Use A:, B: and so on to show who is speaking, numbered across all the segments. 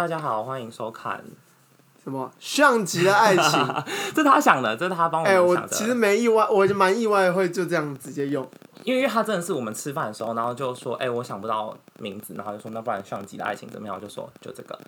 A: 大家好，欢迎收看。
B: 什么上集的 爱情？
A: 这是他想的，这是他帮我
B: 哎、
A: 们
B: 我
A: 想
B: 其实
A: 的。
B: 没意外，我就蛮意外会就这样直接用。
A: 因为因为他真的是我们吃饭的时候，然后就说：“哎、我想不到名字。”然后就说：“那不然上集的爱情怎么样？”我就说：“就这个。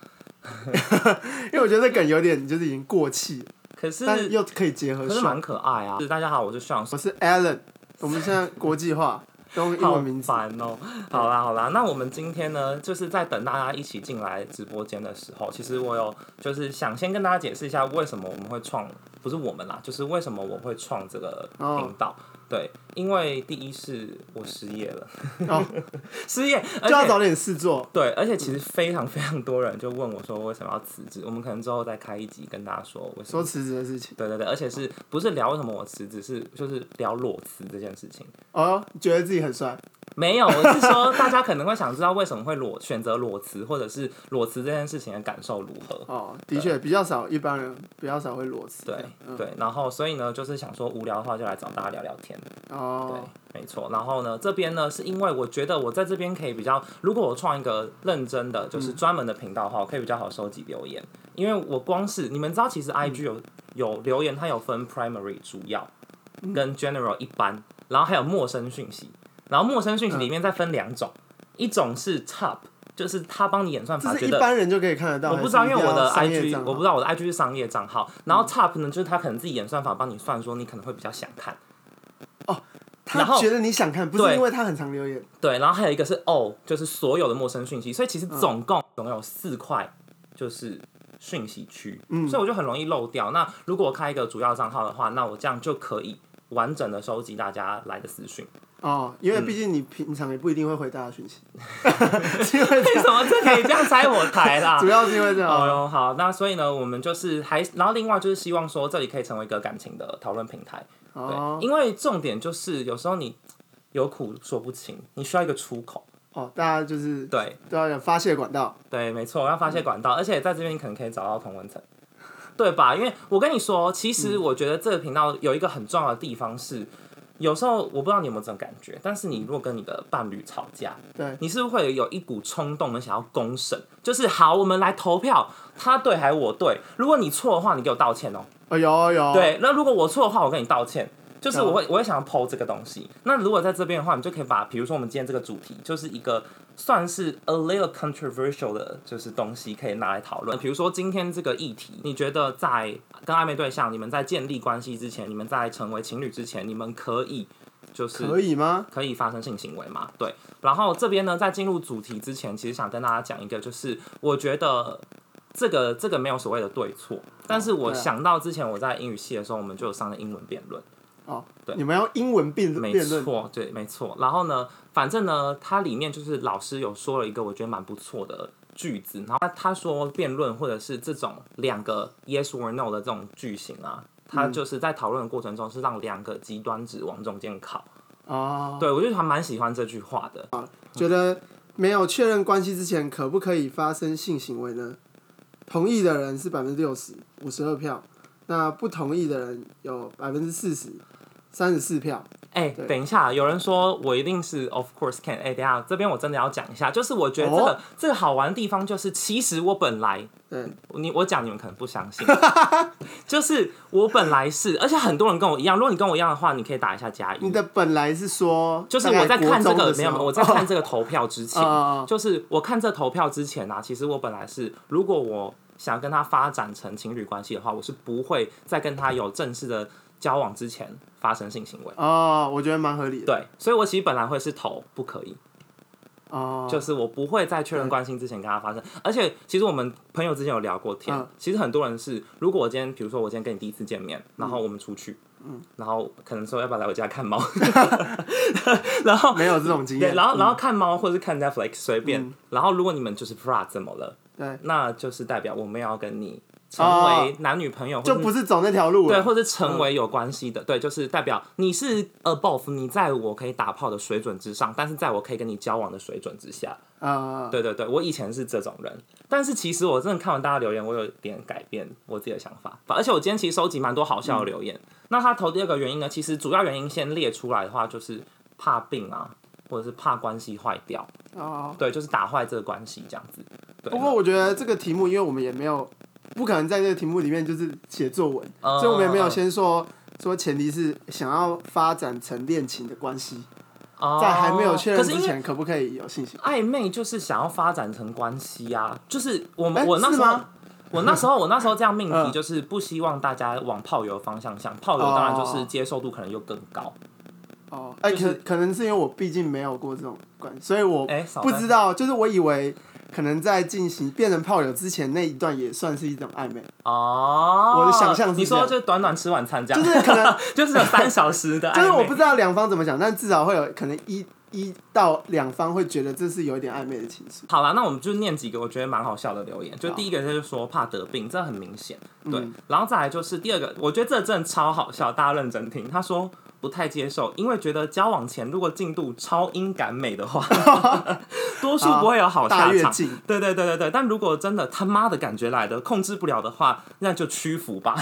B: 因为我觉得这梗有点就是已经过气了，”
A: 可是
B: 但又可以结合
A: 可是
B: 上。
A: 蛮可爱啊！就是大家好，我是上
B: 我是 Alan，我们现在国际化，用英
A: 好
B: 文名字。
A: 烦哦、好啦好啦，那我们今天呢，就是在等大家一起进来直播间的时候，其实我有就是想先跟大家解释一下，为什么我们会创，不是我们啦，就是为什么我会创这个
B: 哦
A: 频道。对，因为第一是我失业了，
B: 哦
A: 失业，而
B: 就要
A: 且
B: 找点事做。
A: 对，而且其实非常非常多人就问我说为什么要辞职，我们可能之后再开一集跟大家说为什
B: 说
A: 么。
B: 辞职的事情，
A: 对对对，而且是不是聊为什么我辞职，是就是聊裸辞这件事情。
B: 哦，觉得自己很帅，
A: 没有，我是说大家可能会想知道为什么会裸选择裸辞，或者是裸辞这件事情的感受如何。
B: 哦，的确比较少，一般人比较少会裸辞。
A: 对
B: 这样嗯，
A: 对，然后所以呢，就是想说无聊的话就来找大家聊聊天，对
B: 哦，，
A: 没错。然后呢，这边呢是因为我觉得我在这边可以比较，如果我创一个认真的就是专门的频道的话，我可以比较好收集留言，因为我光是你们知道，其实
B: 嗯
A: IG 有、有留言，它有分 primary 主要
B: 嗯
A: 跟 general 一般，然后还有陌生讯息，然后陌生
B: 嗯
A: 讯息里面再分两种，一种是 top，就是他帮你演算法
B: 这是
A: 觉
B: 一
A: 得。
B: 般人就可以看得到。
A: 我不知道，因为我的
B: 还是一定
A: IG
B: 要商业账号嗯
A: 我不知道我的 IG 是商业账号，然后 top 呢，就是他可能自己演算法帮你算说你可能会比较想看，然
B: 他
A: 后
B: 觉得你想看，不是
A: 对
B: 因为他很常留言。
A: 对，然后还有一个是 all，就是所有的陌生讯息，所以其实总共总有四块，就是讯息区，所以我就很容易漏掉。那如果我开一个主要账号的话，那我这样就可以完整的收集大家来的私讯。
B: 哦，因为
A: 嗯
B: 毕竟你平常也不一定会回大家讯息，是因为这
A: 为
B: 样
A: 什么这可以这样拆我台啦
B: 主？要是因为这样。
A: 啊哦哟，好，那所以呢，我们就是还，然后另外就是希望说，这里可以成为一个感情的讨论平台，对，
B: 哦
A: 因为重点就是有时候你有苦说不清，你需要一个出口，
B: 哦，大家就是
A: 对，
B: 都要有发泄管道。
A: 对，没错，我要发泄管道，而且在这边你可能可以找到同文层，对吧？因为我跟你说，其实我觉得这个频道有一个很重要的地方是，有时候我不知道你有没有这种感觉，但是你如果跟你的伴侣吵架，
B: 对，
A: 你是不是会有一股冲动的想要公审？就是好，我们来投票，他对还是我对？如果你错的话，你给我道歉哦、
B: 哦有有，，
A: 对，那如果我错的话，我跟你道歉。就是
B: 嗯
A: 我会，我会想要剖这个东西。那如果在这边的话，你就可以把，比如说我们今天这个主题，就是一个算是 a little controversial 的，就是东西可以拿来讨论。比如说今天这个议题，你觉得在跟暧昧对象，你们在建立关系之前，你们在成为情侣之前，你们可以就是
B: 可以吗？
A: 可以发生性行为嘛？对。然后这边呢，在进入主题之前，其实想跟大家讲一个，就是我觉得这个这个没有所谓的对错，但是我
B: 对啊
A: 想到之前我在英语系的时候，我们就有上了英文辩论，
B: 哦，
A: 对
B: 你们要英文辩
A: 没
B: 辩论。
A: 错，对，没错。然后呢，反正呢，它里面就是老师有说了一个我觉得蛮不错的句子，然后他他说辩论或者是这种两个 yes or no 的这种句型啊，它就是在讨论的过程中是让两个极端值往中间靠。
B: 哦，
A: 对我就还蛮喜欢这句话的。
B: 觉得没有确认关系之前，可不可以发生性行为呢？同意的人是百分之六十，五十二票；那不同意的人有百分之四十，三十四票。
A: 哎、
B: 对
A: 等一下，有人说我一定是 of course can、哎，等一下，这边我真的要讲一下，就是我觉得这个、
B: 哦
A: 这个好玩的地方就是，其实我本来
B: 对，
A: 你我讲你们可能不相信， 就是我本来是，而且很多人跟我一样，如果你跟我一样的话，你可以打一下加
B: 你
A: 一。
B: 的本来是说，
A: 就是我在看这
B: 大概国中
A: 个
B: 的时
A: 没
B: 候
A: 有，没有我在看这个投票之前，
B: 哦
A: 就是我看这投票之前啊，其实我本来是，如果我想跟他发展成情侣关系的话，我是不会在跟他有正式的交往之前发生性行为。
B: 哦，我觉得蛮合理的。
A: 对，所以我其实本来会是投不可以，
B: 哦，
A: 就是我不会在确认关心之前跟他发生。而且其实我们朋友之前有聊过天，
B: 嗯
A: 其实很多人是，如果我今天比如说我今天跟你第一次见面，
B: 嗯
A: 然后我们出去，然后可能说要不要来我家看猫，然后
B: 没有这种经
A: 对，
B: 验。
A: 然后然后看猫或者是看 Netflix 随便，然后如果你们就是 bra 怎么了，
B: 嗯对，
A: 那就是代表我们要跟你成
B: 哦
A: 为男女朋友，或
B: 就
A: 者
B: 不是嗯走那条路
A: 对，
B: 了。
A: 或者成为有关系的，对，就是代表你是 above 你在我可以打炮的水准之上，但是在我可以跟你交往的水准之下。
B: 啊，
A: 对对对，我以前是这种人，但是其实我真的看完大家留言，我有点改变我自己的想法。反而且我今天其实收集蛮多好笑的留言。那他投第二个原因呢，其实主要原因先列出来的话，就是怕病啊，或者是怕关系坏掉，
B: 哦，
A: 对，就是打坏这个关系这样子。对
B: 不过我觉得这个题目，因为我们也没有不可能在这个题目里面就是写作文，
A: 嗯
B: 所以我们也没有先说说前提是想要发展成恋情的关系，
A: 哦
B: 在还没有确认
A: 可是
B: 之
A: 因为
B: 前，可不可以有信心？
A: 暧昧就是想要发展成关系啊，就是我们、
B: 哎
A: 我那时候
B: 是吗。
A: 我那时候，我那时候这样命题
B: 嗯
A: 就是不希望大家往炮友方向想，炮友当然就是接受度可能又更高。
B: 哦，哎、
A: 就是
B: 可可能是因为我毕竟没有过这种关系，所以我
A: 哎少
B: 不
A: 分
B: 知道，就是我以为可能在进行变成炮友之前那一段也算是一种暧昧，
A: 哦，
B: 我的想象是
A: 你
B: 这
A: 说
B: 样
A: 就短短吃晚餐这样，
B: 就是可能
A: 就是有三小时的暧昧，
B: 就是我不知道两方怎么想，但至少会有可能一一到两方会觉得这是有一点暧昧的情愫。
A: 好啦，那我们就念几个我觉得蛮好嗯笑的留言。就第一个他就说怕得病，这很明显。对，然后再来就是第二个，我觉得这真的超好笑，大家认真听。他说不太接受，因为觉得交往前如果进度超音感美的 话，多数不会有好
B: 大
A: 下
B: 跃
A: 场。
B: 进，
A: 对对对对对，但如果真的他妈的感觉来的控制不了的话，那就屈服吧。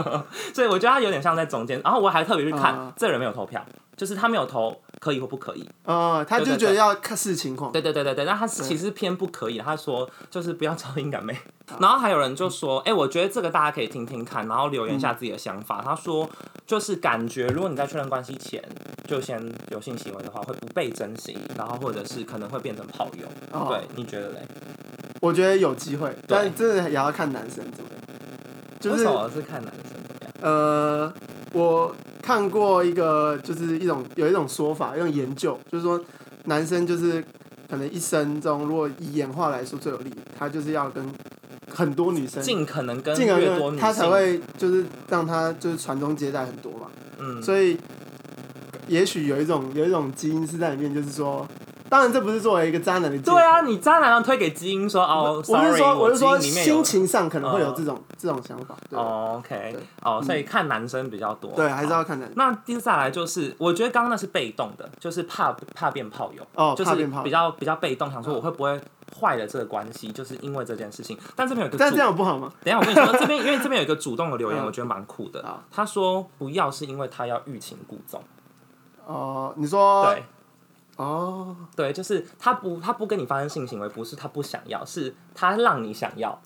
A: 所以我觉得他有点像在中间。然后我还特别去看，
B: 嗯
A: 这人没有投票，就是他没有投可以或不可以。
B: 呃，他
A: 对
B: 就
A: 对
B: 觉得要看视情况。
A: 对对对对对，但他其实偏不可以，他说就是不要找敏感妹。
B: 嗯
A: 然后还有人就说，哎、我觉得这个大家可以听听看，然后留言一下自己的想
B: 嗯
A: 法。他说就是感觉，如果你在确认关系前就先有性行为的话，会不被珍惜，然后或者是可能会变成炮友。
B: 哦
A: 对，你觉得嘞？
B: 我觉得有机会，但真的也要看男生怎么样。就
A: 为
B: 是
A: 什么是看男生怎么样？
B: 呃，我看过一个，就是一种有一种说法，一种研究，就是说男生就是可能一生中，如果以演化来说最有利，他就是要跟很多女生，
A: 尽可能跟
B: 进而
A: 越多女
B: 呢
A: 性，
B: 他才会就是让他就是传宗接代很多嘛。
A: 嗯，
B: 所以也许有一种有一种基因是在里面，就是说，当然这不是作为一个渣男的借口
A: 对啊，你渣男要推给基因说哦
B: 我是
A: ，sorry，
B: 说
A: 我
B: 是说
A: 基因里面有
B: 心情上可能会有这种、这种想法，对、
A: 哦，OK，
B: 对
A: 哦，所以看男生比较多，
B: 对，还是
A: 好
B: 要看男
A: 那接下来就是，我觉得刚刚那是被动的，就是怕怕变炮友，
B: 哦，
A: 就
B: 怕
A: 是
B: 变胖
A: 比，较比较被动，想说我会不会坏了这个关系，就是因为这件事情。但这边有一个
B: 但
A: 主，
B: 这样不好吗？
A: 等一下我跟你说，这边因为这边有一个主动的留言，
B: 嗯
A: 我觉得蛮酷的
B: 好。
A: 他说不要是因为他要欲擒故纵，
B: 哦、你说
A: 对
B: 哦，
A: 对，就是他不他不跟你发生性行为，不是他不想要，是他让你想要，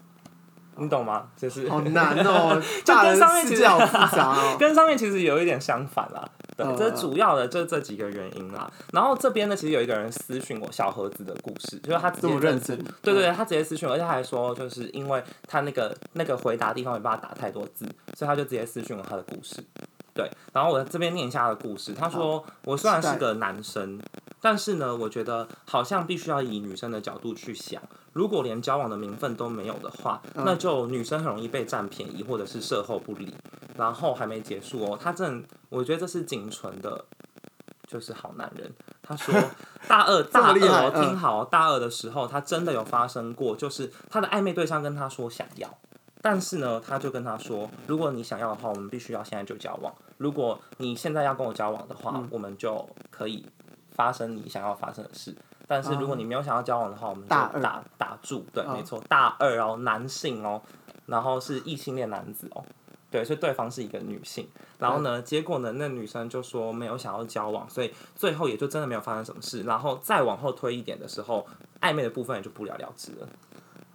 A: 你懂吗？就是
B: 好难 哦，
A: 就
B: 大
A: 跟
B: 人
A: 上面
B: 世
A: 其
B: 界
A: 实。
B: 好复杂 哦
A: 跟上面其实有一点相反啦。对，
B: 嗯
A: 这是主要的，就是这几个原因啦。然后这边呢，其实有一个人私讯我小盒子的故事，就是他直
B: 这
A: 接
B: 么认真，
A: 对对对，他直接私讯我，而且他还说，就是因为他那个那个回答地方没办法打太多字，所以他就直接私讯我他的故事。对，然后我这边念一下他的故事。他说：“我虽然是个男生，但是呢，我觉得好像必须要以女生的角度去想。如果连交往的名分都没有的话，那就女生很容易被占便宜，或者是售后不理。然后还没结束哦，他真的，我觉得这是仅存的，就是好男人。他 说大二
B: 这
A: 大
B: 么
A: 二
B: 厉害
A: 哦，
B: 嗯
A: 听好哦，大二的时候他真的有发生过，就是他的暧昧对象跟他说想要，但是呢，他就跟他说，如果你想要的话，我们必须要现在就交往。如果你现在要跟我交往的话，
B: 嗯
A: 我们就可以发生你想要发生的事。但是如
B: 哦
A: 果你没有想要交往的话，我们就
B: 大
A: 打
B: 二
A: 打住。对，
B: 哦
A: 没错，大二哦，男性哦，然后是异性恋男子哦。对，所以对方是一个女性，然后
B: 嗯
A: 呢，结果呢，那女生就说没有想要交往，所以最后也就真的没有发生什么事。然后再往后推一点的时候，暧昧的部分也就不了了之了。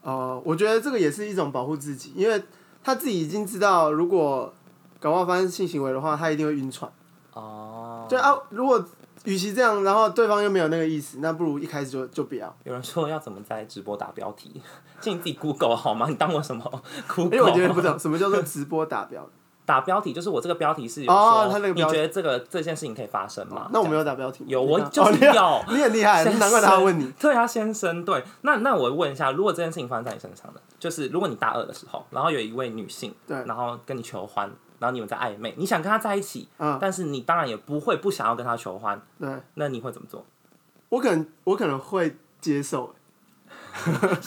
B: 哦，我觉得这个也是一种保护自己，因为他自己已经知道，如果搞不好发生性行为的话，他一定会晕船。
A: 哦，
B: 对啊，如果与其这样，然后对方又没有那个意思，那不如一开始就就不要。
A: 有人说要怎么在直播打标题， 请你自己 Google 好吗？你当我什 么
B: 因为我觉
A: Google？
B: 得不懂什么叫做直播打标。
A: 打标题就是我这个标题是有
B: 哦
A: 说
B: 他那个
A: 你
B: 标题哦
A: 觉得这个这件事情可以发生吗？
B: 那我
A: 这样
B: 没啊有打标题吗，
A: 有
B: 你
A: 我
B: 看
A: 就是
B: 哦你
A: 有
B: 你很厉 害，
A: 先生
B: 难怪他会问你。
A: 对啊，先生，对，那那我问一下，如果这件事情发生在你身上的，就是如果你大二的时候，然后有一位女性，
B: 对
A: 然后跟你求欢，然后你们在暧昧，你想跟她在一起，
B: 嗯
A: 但是你当然也不会不想要跟她求欢，
B: 对，
A: 那你会怎么 做？
B: 我可能我可能会接受，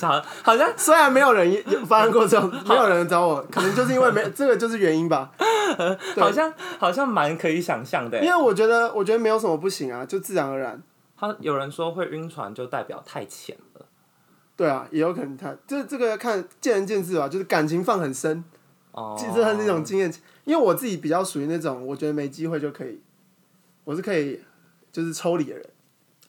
A: 好，好像
B: 虽然没有人有发生过这种，没有人找我，可能就是因为没 这个就是原因吧。对
A: 好像好像蛮可以想象的
B: 因。为我觉得我觉得没有什么不行啊，就自然而然。
A: 他有人说会晕船，就代表太浅了。
B: 对啊，也有可能他这这个看见仁见智吧，就是感情放很深，
A: 哦，
B: 这这是一种经验。因为我自己比较属于那种，我觉得没机会就可以，我是可以就是抽离的人。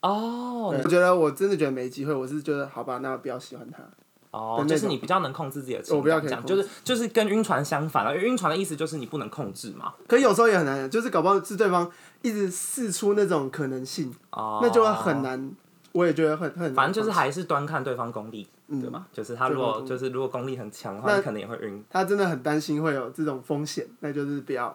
A: 哦，
B: 对我觉得我真的觉得没机会，我是觉得好吧，那不要喜欢他。
A: 哦
B: 的，那
A: 就是
B: 种
A: 你比较能控制自己的情
B: 我比较
A: 感，
B: 可以
A: 这样
B: 控
A: 就
B: 制
A: 是就是跟晕船相反了。因为晕船的意思就是你不能控制嘛，
B: 可有时候也很难，就是搞不好是对方一直试出那种可能性，
A: 哦，
B: 那就会很。难。我也觉得很很难，
A: 反正就是还是端看对方功力，
B: 嗯
A: 对吧？就是他如
B: 对方
A: 果
B: 功力
A: 就是如果功力很强的话，
B: 那
A: 你可能也会晕。
B: 他真的很担心会有这种风险，那就是不要，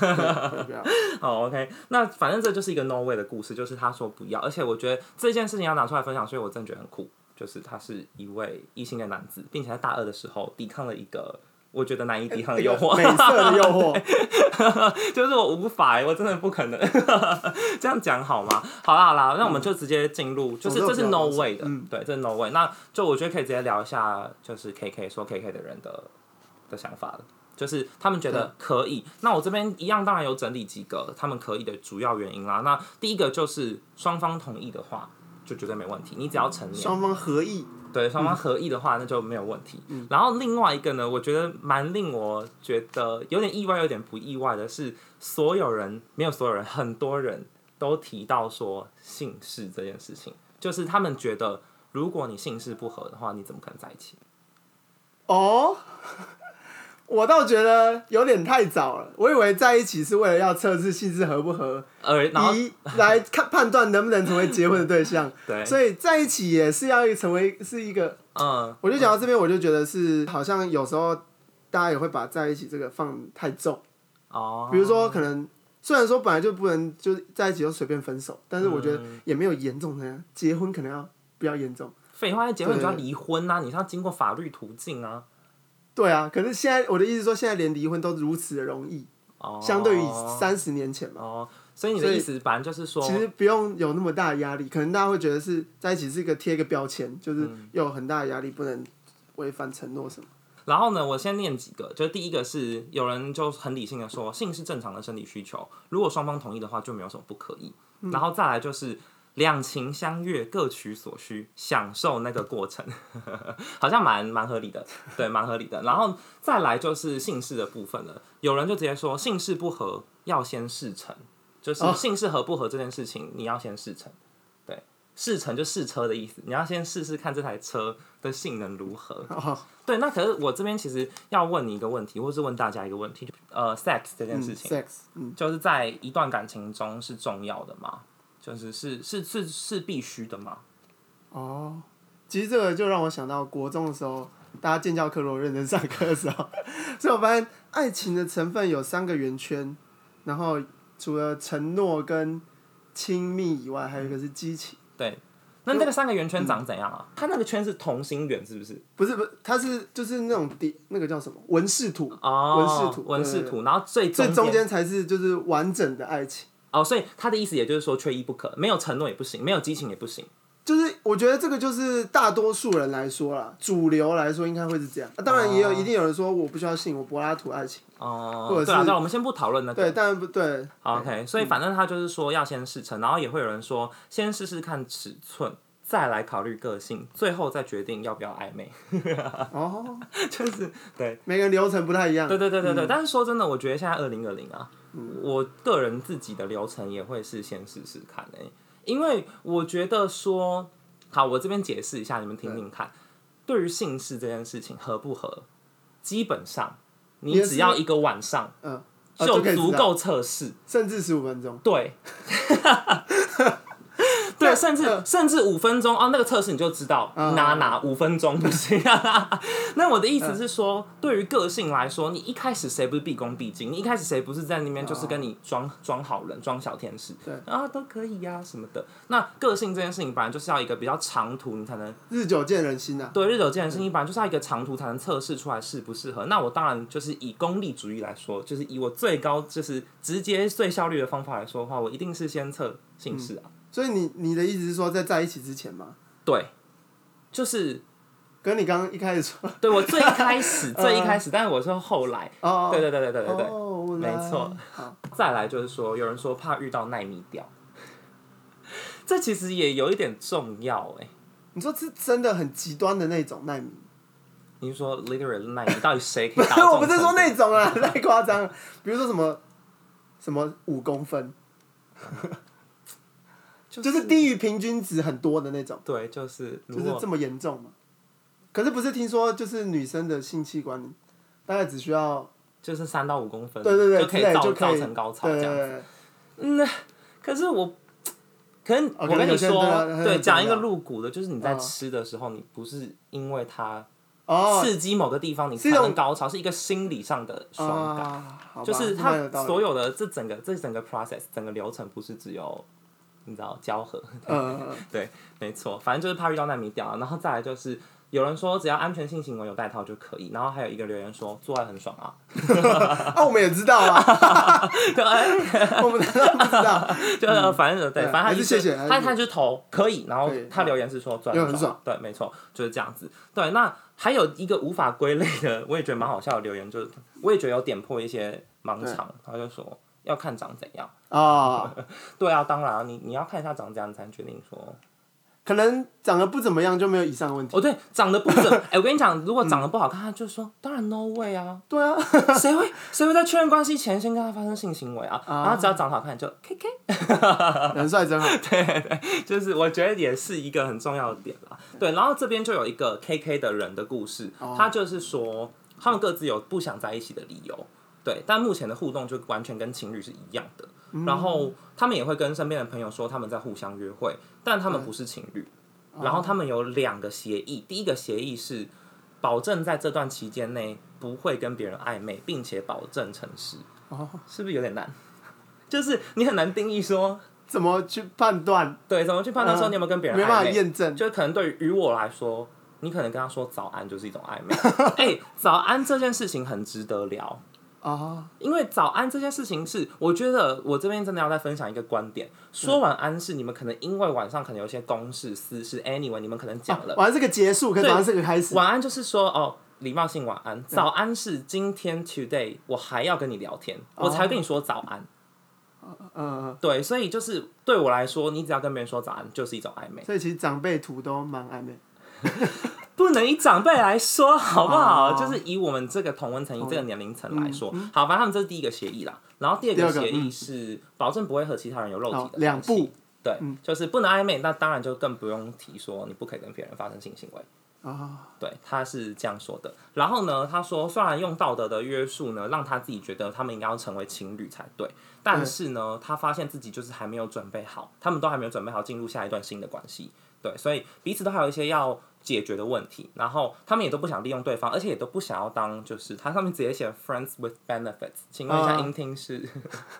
B: 对 不要。
A: 好，OK，那哦反正这就是一个 No Way 的故事，就是他说不要，而且我觉得这件事情要拿出来分享，所以我真的觉得很酷。就是他是一位异性的男子，并且在大二的时候抵抗了一个我觉得难以抵抗的诱惑，
B: 美色的诱惑，
A: 就是我无法欸、我真的不可能 这样讲好吗？好啦好啦，那我们就直接进入，就是这
B: 嗯我都不
A: 是
B: 要
A: no
B: 了
A: way 的，
B: 嗯
A: 对，这是 no way。那就我觉得可以直接聊一下，就是 KK 说 KK 的人的的想法了。就是他们觉得可以，那我这边一样，当然有整理几个他们可以的主要原因啦。那第一个就是双方同意的话，就绝对没问题，你只要成年，
B: 双方合意，
A: 对双方
B: 嗯
A: 合意的话，那就没有问题。然后另外一个呢，我觉得蛮令我觉得有点意外，有点不意外的是，所有人没有所有人，很多人都提到说姓氏这件事情，就是他们觉得如果你姓氏不合的话，你怎么可能在一起？
B: 哦，我倒觉得有点太早了。我以为在一起是为了要测试性质合不合，
A: 而然后
B: 以来看判断能不能成为结婚的对象。
A: 对，
B: 所以在一起也是要成为是一个，
A: 嗯，
B: 我就讲到这边，我就觉得是好像有时候大家也会把在一起这个放太重，
A: 哦，
B: 比如说可能虽然说本来就不能就是在一起就随便分手，但是我觉得也没有严重的呀，结婚可能要比较严重。
A: 废话，结婚你就要
B: 对
A: 离婚呐、你是要经过法律途径啊。
B: 对啊，可是现在我的意思是说，现在连离婚都如此的容易，
A: 哦，
B: 相对于三十年前嘛，
A: 哦，所以你的
B: 所以
A: 意思反正就是说，
B: 其实不用有那么大的压力。可能大家会觉得是在一起是一个贴一个标签，就是
A: 嗯
B: 有很大的压力，不能违反承诺什么。
A: 然后呢，我先念几个，就是第一个是有人就很理性的说，性是正常的生理需求，如果双方同意的话，就没有什么不可以。然后再来就是两情相悦，各取所需，享受那个过程， 好像蛮蛮合理的，对，蛮合理的。然后再来就是姓氏的部分了，有人就直接说姓氏不合要先事成，就是姓氏合不合这件事情，你要先事成。对，事成就试车的意思，你要先试试看这台车的性能如何。
B: 哦，
A: 对，那可是我这边其实要问你一个问题，或是问大家一个问题，呃，sex 这件
B: 嗯
A: 事情，
B: ，sex，嗯，
A: 就是在一段感情中是重要的吗？就是是是是是必须的吗？
B: 哦，其实这个就让我想到国中的时候，大家建教课如果认真上课的时候，所以我发现爱情的成分有三个圆圈，然后除了承诺跟亲密以外，还有一个是激情。
A: 那那个三个圆圈
B: 嗯
A: 长怎样啊？它那个圈是同心圆，是不是？
B: 不是不是，它是就是那种底那个叫什么文饰图，
A: 哦
B: 文，嗯饰图
A: 文
B: 对
A: 饰
B: 对
A: 图，然后最
B: 最
A: 中
B: 中
A: 间
B: 间才是就是完整的爱情。
A: 哦，所以他的意思也就是说缺一不可，没有承诺也不行，没有激情也不行。
B: 就是我觉得这个就是大多数人来说啦，主流来说应该会是这样。啊、当然也有一定有人说我不需要性，我柏拉图爱情。
A: 哦、
B: 或者
A: 对啊，
B: 是
A: 对啊，我们先不讨论那个。
B: 对，当然不对。嗯
A: 好 OK，所以反正他就是说要先试乘，然后也会有人说先试试看尺寸，再来考虑个性，最后再决定要不要暧昧。
B: 哦，嗯
A: 就是对，
B: 每个人流程不太一样。
A: 对对对对对。但是说真的，我觉得现在二零二零啊，
B: 嗯
A: 我个人自己的流程也会是先试试看诶、因为我觉得说，好，我这边解释一下，你们听听看，对于姓氏这件事情合不合，基本上你
B: 也是
A: 只要一个晚上
B: 嗯，
A: 就
B: 哦就可以知
A: 足
B: 道
A: 够测试。
B: 甚至十五分钟。
A: 对，对，甚至、甚至五分钟啊，那个测试你就知道
B: 嗯
A: 哪哪五分钟不行、啊。 那我的意思
B: 嗯
A: 是说，对于个性来说，你一开始谁不是毕恭毕敬？你一开始谁不是在那边就是跟你装装好人、装小天使？
B: 嗯对
A: 啊，都可以呀、什么的。那个性这件事情，本来就是要一个比较长途，你才能
B: 日久见人心呐、啊。
A: 对日久见人心，你本来就是要一个长途才能测试出来适不适合。那我当然就是以功利主义来说，就是以我最高就是直接最效率的方法来说的话，我一定是先测姓氏啊。
B: 所以你你的意思是说，在在一起之前吗？
A: 对，就是
B: 跟你刚刚一开始说，
A: 对我最一开 始最一开始，但是我是后来，
B: 嗯哦，
A: 对对对对对对对。
B: 哦，我
A: 没
B: 来
A: 错。
B: 好，
A: 再来就是说，有人说怕遇到耐米掉，这其实也有一点重要哎、
B: 你说是真的很极端的那种 耐米？
A: 你是说 literally 耐米到底谁可以打
B: 我不是说
A: 耐，
B: 那种啊，太夸张了。比如说什么什么五公分，
A: 就
B: 就是低于平均值很多的那种，
A: 对，就是如
B: 就是
A: 果
B: 这么严重嘛？可是不是听说就是女生的性器官大概只需要
A: 就是三到五公分，
B: 对对对
A: 就可以
B: 之类
A: 造
B: 就可以
A: 造成高潮
B: 对
A: 这
B: 对
A: 样子。
B: 对
A: 嗯，可是我，可能
B: 哦
A: 我
B: 可能
A: 跟
B: 有
A: 你
B: 些
A: 说
B: 人对啊，
A: 对，
B: 很
A: 讲一个
B: 重要
A: 露骨的，就是你在
B: 嗯
A: 吃的时候，你不是因为它
B: 哦
A: 刺激某个地方，你
B: 是
A: 才
B: 一种
A: 能高潮，是一个心理上的爽感。
B: 啊，好吧
A: 就是
B: 这蛮有
A: 它
B: 道理
A: 所有的这整个这整个 process 整个流程，不是只有你知道交合，
B: 嗯嗯嗯
A: 对，没错，反正就是怕遇到难民屌啊，然后再来就是有人说只要安全性行为有带套就可以，然后还有一个留言说做爱很爽啊，
B: 啊，我们也知道啊，
A: 对，
B: 我们难道不知道？
A: 就呃反正对，
B: 嗯
A: 反正
B: 对
A: 他
B: 还是
A: 就
B: 谢谢还是
A: 他他就投可以，然后
B: 可以
A: 他留言是说赚
B: 因为
A: 得
B: 很爽，
A: 对，没错，就是这样子。对，那还有一个无法归类的，我也觉得蛮好笑的留言，就是我也觉得有点破一些盲肠，他就说要看长怎样。
B: 啊，
A: 对啊，当然啊你你要看一下长怎样，你才能决定说
B: 可能长得不怎么样就没有以上的问题。
A: 哦，对，长得不怎，哎、我跟你讲，如果长得不好看，他就说当然 no way 啊，
B: 对啊，
A: 谁会谁会在确认关系前先跟他发生性行为啊？
B: 啊
A: 然后只要长得好看就 K K。
B: 人帅真好。
A: 就是我觉得也是一个很重要的点啦。对，然后这边就有一个 KK 的人的故事，
B: 哦
A: 他就是说他们各自有不想在一起的理由，对，但目前的互动就完全跟情侣是一样的。
B: 嗯
A: 然后他们也会跟身边的朋友说他们在互相约会，但他们不是情侣。然后他们有两个协议，第一个协议是保证在这段期间内不会跟别人暧昧，并且保证诚实。
B: 哦，
A: 是不是有点难？ 就是你很难定义说
B: 怎么去判断？
A: 对，怎么去判断说
B: 嗯
A: 你有没有跟别人
B: 没
A: 暧
B: 办法
A: 昧？
B: 验证。
A: 就可能对于于我来说，你可能跟他说早安就是一种 暧昧。哎、早安这件事情很值得聊，
B: 啊，
A: 因为早安这件事情是，我觉得我这边真的要再分享一个观点。说晚安是你们可能因为晚上可能有一些公事私事，anyway，你们可能讲了。
B: 完这个结束，跟
A: 对
B: 完这个开始。
A: 哦晚安就是说哦，礼貌性晚安。早安是今天 today 我还要跟你聊天，我才跟你说早安。
B: 嗯，
A: 对，所以就是对我来说，你只要跟别人说早安，就是一种暧昧。
B: 所以其实长辈图都蛮暧昧。
A: 不能以长辈来说，好不好？
B: 哦嗯
A: 就是以我们这个同文层、以这个年龄层来说，好，反正他们这是第一个协议啦。然后第二
B: 第
A: 个
B: 二个嗯
A: 协议是保证不会和其他人有肉体的
B: 好
A: 关，系
B: 两步。嗯
A: 对，就是不能暧昧，那当然就更不用提说你不可以跟别人发生性行为。
B: 啊，
A: 对，他是这样说的。然后呢，他说虽然用道德的约束呢，让他自己觉得他们应该要成为情侣才对，但
B: 嗯
A: 是呢，他发现自己就是还没有准备好，他们都还没有准备好进入下一段新的关系。对，所以彼此都还有一些要解决的问题，然后他们也都不想利用对方，而且也都不想要当就是他上面直接写 friends with benefits，请问一下
B: 啊
A: 英听是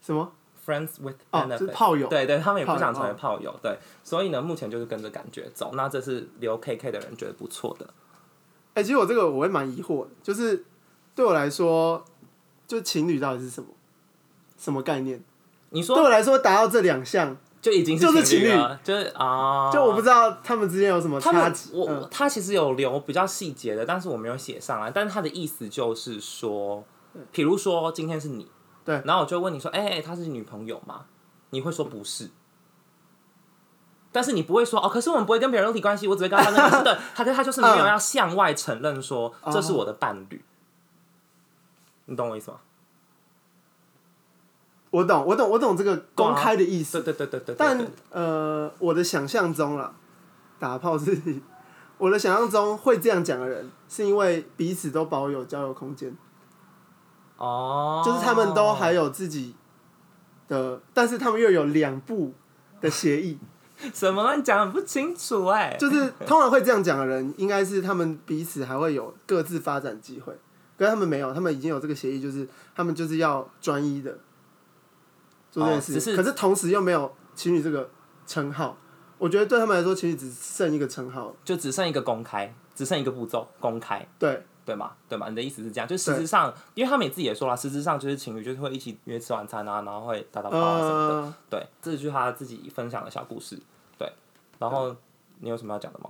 B: 什么？
A: friends with
B: 哦
A: benefits？、
B: 是炮友
A: 对对，他们也不想
B: 炮友哦
A: 成为炮友，对，所以呢，目前就是跟着感觉走。那这是留 KK 的人觉得不错的，
B: 哎、其实我这个我会蛮疑惑的，就是对我来说，就情侣到底是什么？什么概念？
A: 你说
B: 对我来说，达到这两项，
A: 就已经
B: 就是
A: 情
B: 情侣
A: 了，就是啊，
B: 就我不知道他们之间有什么
A: 他
B: 差
A: 们
B: 距。
A: 我、
B: 嗯
A: 他其实有留比较细节的，但是我没有写上来。但是他的意思就是说，比如说今天是你，
B: 对
A: 然后我就问你说，哎、她是女朋友吗？你会说不是。但是你不会说哦，可是我们不会跟别人肉体关系，我只会跟 他那个对，他他就是没有要向外承认说
B: 嗯
A: 这是我的伴侣，你懂我意思吗？
B: 我懂，我懂，我懂这个公开的意
A: 对
B: 思。
A: 对对对对对
B: 但
A: 对
B: 呃，我的想象中啦，打炮是我的想象中会这样讲的人，是因为彼此都保有交友空间，
A: 哦，
B: 就是他们都还有自己的，但是他们又有两步的协议，
A: 什么乱讲不清楚哎、
B: 就是通常会这样讲的人，应该是他们彼此还会有各自发展机会，可是他们没有，他们已经有这个协议，就是他们就是要专一的做这件
A: 哦只
B: 事，
A: 是
B: 可是同时又没有情侣这个称号，我觉得对他们来说，情侣只剩一个称号，
A: 就只剩一个公开，只剩一个步骤公开，
B: 对。
A: 对吗？对吗？你的意思是这样，就实质
B: 对
A: 上，因为他们也自己也说了，实质上就是情侣就是会一起约吃晚餐啊，然后会打打炮啊什么的。
B: 呃，
A: 对，这就是他自己分享的小故事。对，然后你有什么要讲的吗？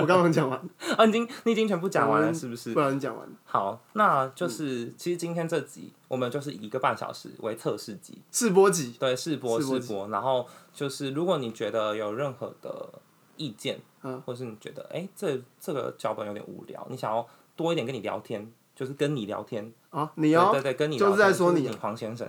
B: 我刚刚讲完，
A: 啊，你已经你已经全部讲完了，
B: 嗯
A: 是不是
B: 不？然讲完
A: 好，那就是、其实今天这集我们就是以一个半小时为测试集，
B: 试播集，
A: 对，试播
B: 试播
A: 试播，然后就是如果你觉得有任何的意见，
B: 嗯，
A: 或是你觉得哎、诶这这个脚本有点无聊，你想要多一点跟你聊天，就是跟你聊天，
B: 啊，你哦，
A: 对对对，跟你
B: 就是
A: 聊天
B: 在说你
A: 就是
B: 啊
A: 你黄先生，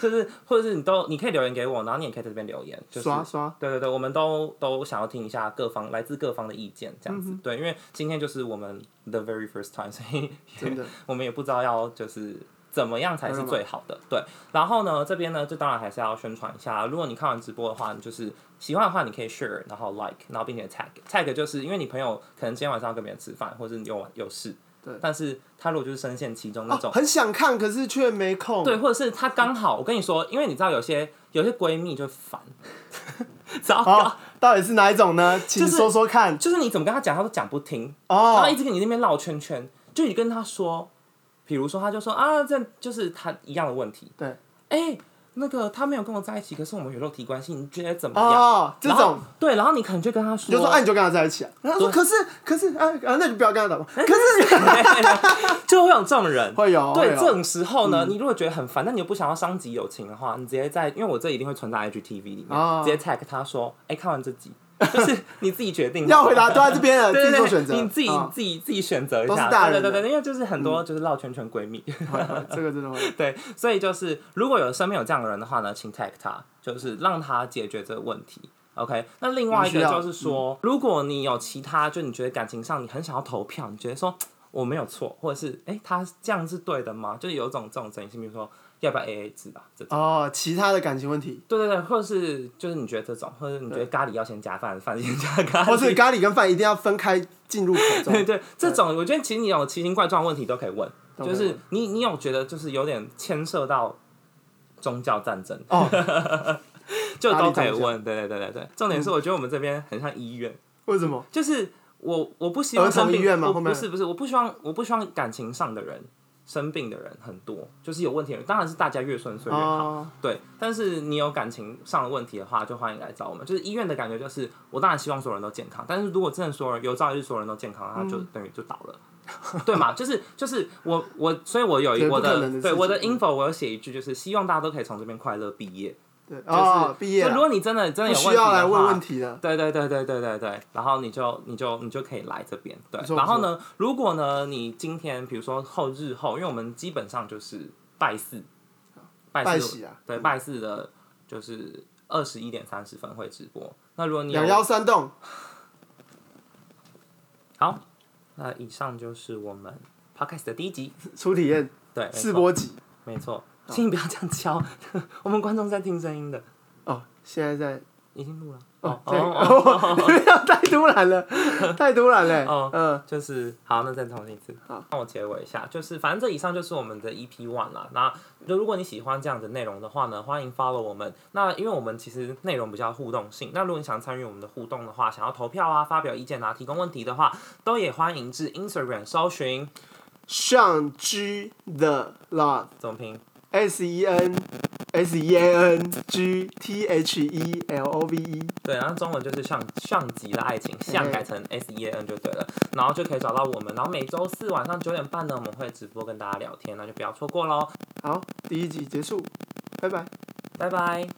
A: 就是或者是你都你可以留言给我，然后你也可以在这边留言，就是
B: 刷刷，
A: 对对对，我们都都想要听一下各方来自各方的意见，这
B: 嗯
A: 样子、对，因为今天就是我们 the very first time，所以
B: 真的
A: 我们也不知道要就是怎么样才是最好的。对，然后呢，这边呢，就当然还是要宣传一下。如果你看完直播的话，你就是喜欢的话，你可以 share，然后 like，然后并且 tag tag，就是因为你朋友可能今天晚上要跟别人吃饭，或者你有有事，
B: 对
A: 但是他如果就是深陷其中那种
B: 哦，。很想看，可是却没空。
A: 对，，或者是他刚好，我跟你说，因为你知道有些有些闺蜜就烦， 糟糕，
B: 好，哦到底是哪一种呢？请
A: 就是
B: 说说看。
A: 就是你怎么跟他讲，他都讲不听，然后
B: 哦
A: 一，直跟你那边绕圈圈。就你跟他说，比如说他就说啊，这就是他一样的问题。
B: 对，
A: 哎、那个他没有跟我在一起，可是我们有肉体关系，你觉得怎么样？
B: 哦，这
A: 然后
B: 种
A: 对，然后你可能就跟他说，
B: 你就说，哎，你就跟他在一起啊。然后他说，可是，可是，啊啊，那你不要跟他打吧。
A: 哎
B: 可是
A: 就会有这种人。
B: 会有，
A: 对
B: 会有嗯
A: 这种时候呢，你如果觉得很烦，但你又不想要伤及友情的话，你直接在，因为我这一定会存在 IGTV 里面，
B: 哦
A: 直接 tag 他说：“哎、看完这 集，就是你自己决定好
B: 要
A: 不好
B: 回答都在这边了，哦 自
A: 对
B: 己
A: 对
B: 做
A: 对，
B: 选择。
A: 你自己、
B: 哦
A: 自己自己选择一
B: 都是
A: 下，
B: 大
A: 对
B: 人
A: 对对
B: 的嗯
A: 对，因为就是很多就是绕圈圈闺蜜，
B: 会会这个真的会。
A: 对，所以就是如果有身边有这样的人的话呢，请 tag 他，就是让他解决这个问题。OK，那另外一个就
B: 我们需要嗯
A: 是说，如果你有其他，就你觉得感情上你很想要投票，你觉得说嘖我没有错，或者是哎、诶他这样是对的吗？就是有一种这种争议性，比如说要不要 AA 制吧，这种。
B: 哦，其他的感情 问题，
A: 对对对，或者是就是你觉得这种，或者是你觉得咖喱要先加饭，饭先加咖喱，
B: 或是咖喱跟饭一定要分开进入口中。
A: 对对，这种我觉得其实你有奇形怪状的问题都可以问，
B: 都
A: 就
B: 可以
A: 是你你有觉得就是有点牵涉到宗教战争
B: 哦，
A: 就
B: 哪
A: 都
B: 里
A: 可以
B: 宗教嗯
A: 问。对对对对对，重点是我觉得我们这边很像医院，
B: 为什么？
A: 就是我我不希望
B: 儿童
A: 生病
B: 医院吗
A: 我
B: 后面
A: 不是不是，我不希望我不希望感情上的人生病的人很多，就是有问题的人，当然是大家越顺遂越好。
B: 哦，
A: 对，但是你有感情上的问题的话，就欢迎来找我们。就是医院的感觉，就是我当然希望所有人都健康，但是如果真的所有人有朝一日所有人都健康，那
B: 嗯
A: 就等于就倒了。 对嘛？就是就是我我，所以我有一
B: 绝不
A: 我
B: 可能
A: 的
B: 的
A: 对
B: 事
A: 我的
B: 情
A: info，我有写一句，就是希望大家都可以从这边快乐毕业。
B: 对，
A: 就是、
B: 哦，毕业
A: 就
B: 了
A: 如，果你真的真的有
B: 不
A: 问
B: 需
A: 题的
B: 要
A: 话，
B: 来问问题了。
A: 对对对对对对对，然后你就你就你就可以来这边，对
B: 不。错
A: 然后呢，如果呢你今天比如说后日后，因为我们基本上就是拜四，拜
B: 拜
A: 四
B: 喜啊
A: 对拜四的，就是二十一点三十分会直播。那如果你有
B: 两幺三栋，
A: 好，那以上就是我们 podcast 的第一集，
B: 初体验
A: 对，没错
B: 试播哦集。
A: 没错，请你不要这样敲， 我们观众在听声音的，
B: 哦，现在在
A: 已经录了。
B: 哦
A: 哦，
B: 这个
A: 哦，
B: 哦太突然了， 太突然了
A: 哦。
B: 嗯，
A: 就是好，那再重新一次。
B: 好，
A: 那我结尾一下，就是反正这以上就是我们的 EP One 啦。那就如果你喜欢这样的内容的话呢，欢迎 follow 我们。那因为我们其实内容比较互动性，那如果你想参与我们的互动的话，想要投票啊、发表意见啊、提供问题的话，都也欢迎至 Instagram 搜寻
B: 上 G the love
A: 总评。
B: S E N S E A N G T H E L O V E。
A: 对，然后中文就是像像极了爱情，像改成 S E A N 就对了，然后就可以找到我们。然后每周四晚上九点半呢，我们会直播跟大家聊天，那就不要错过喽，
B: 好，第一集结束，拜拜。
A: 拜拜。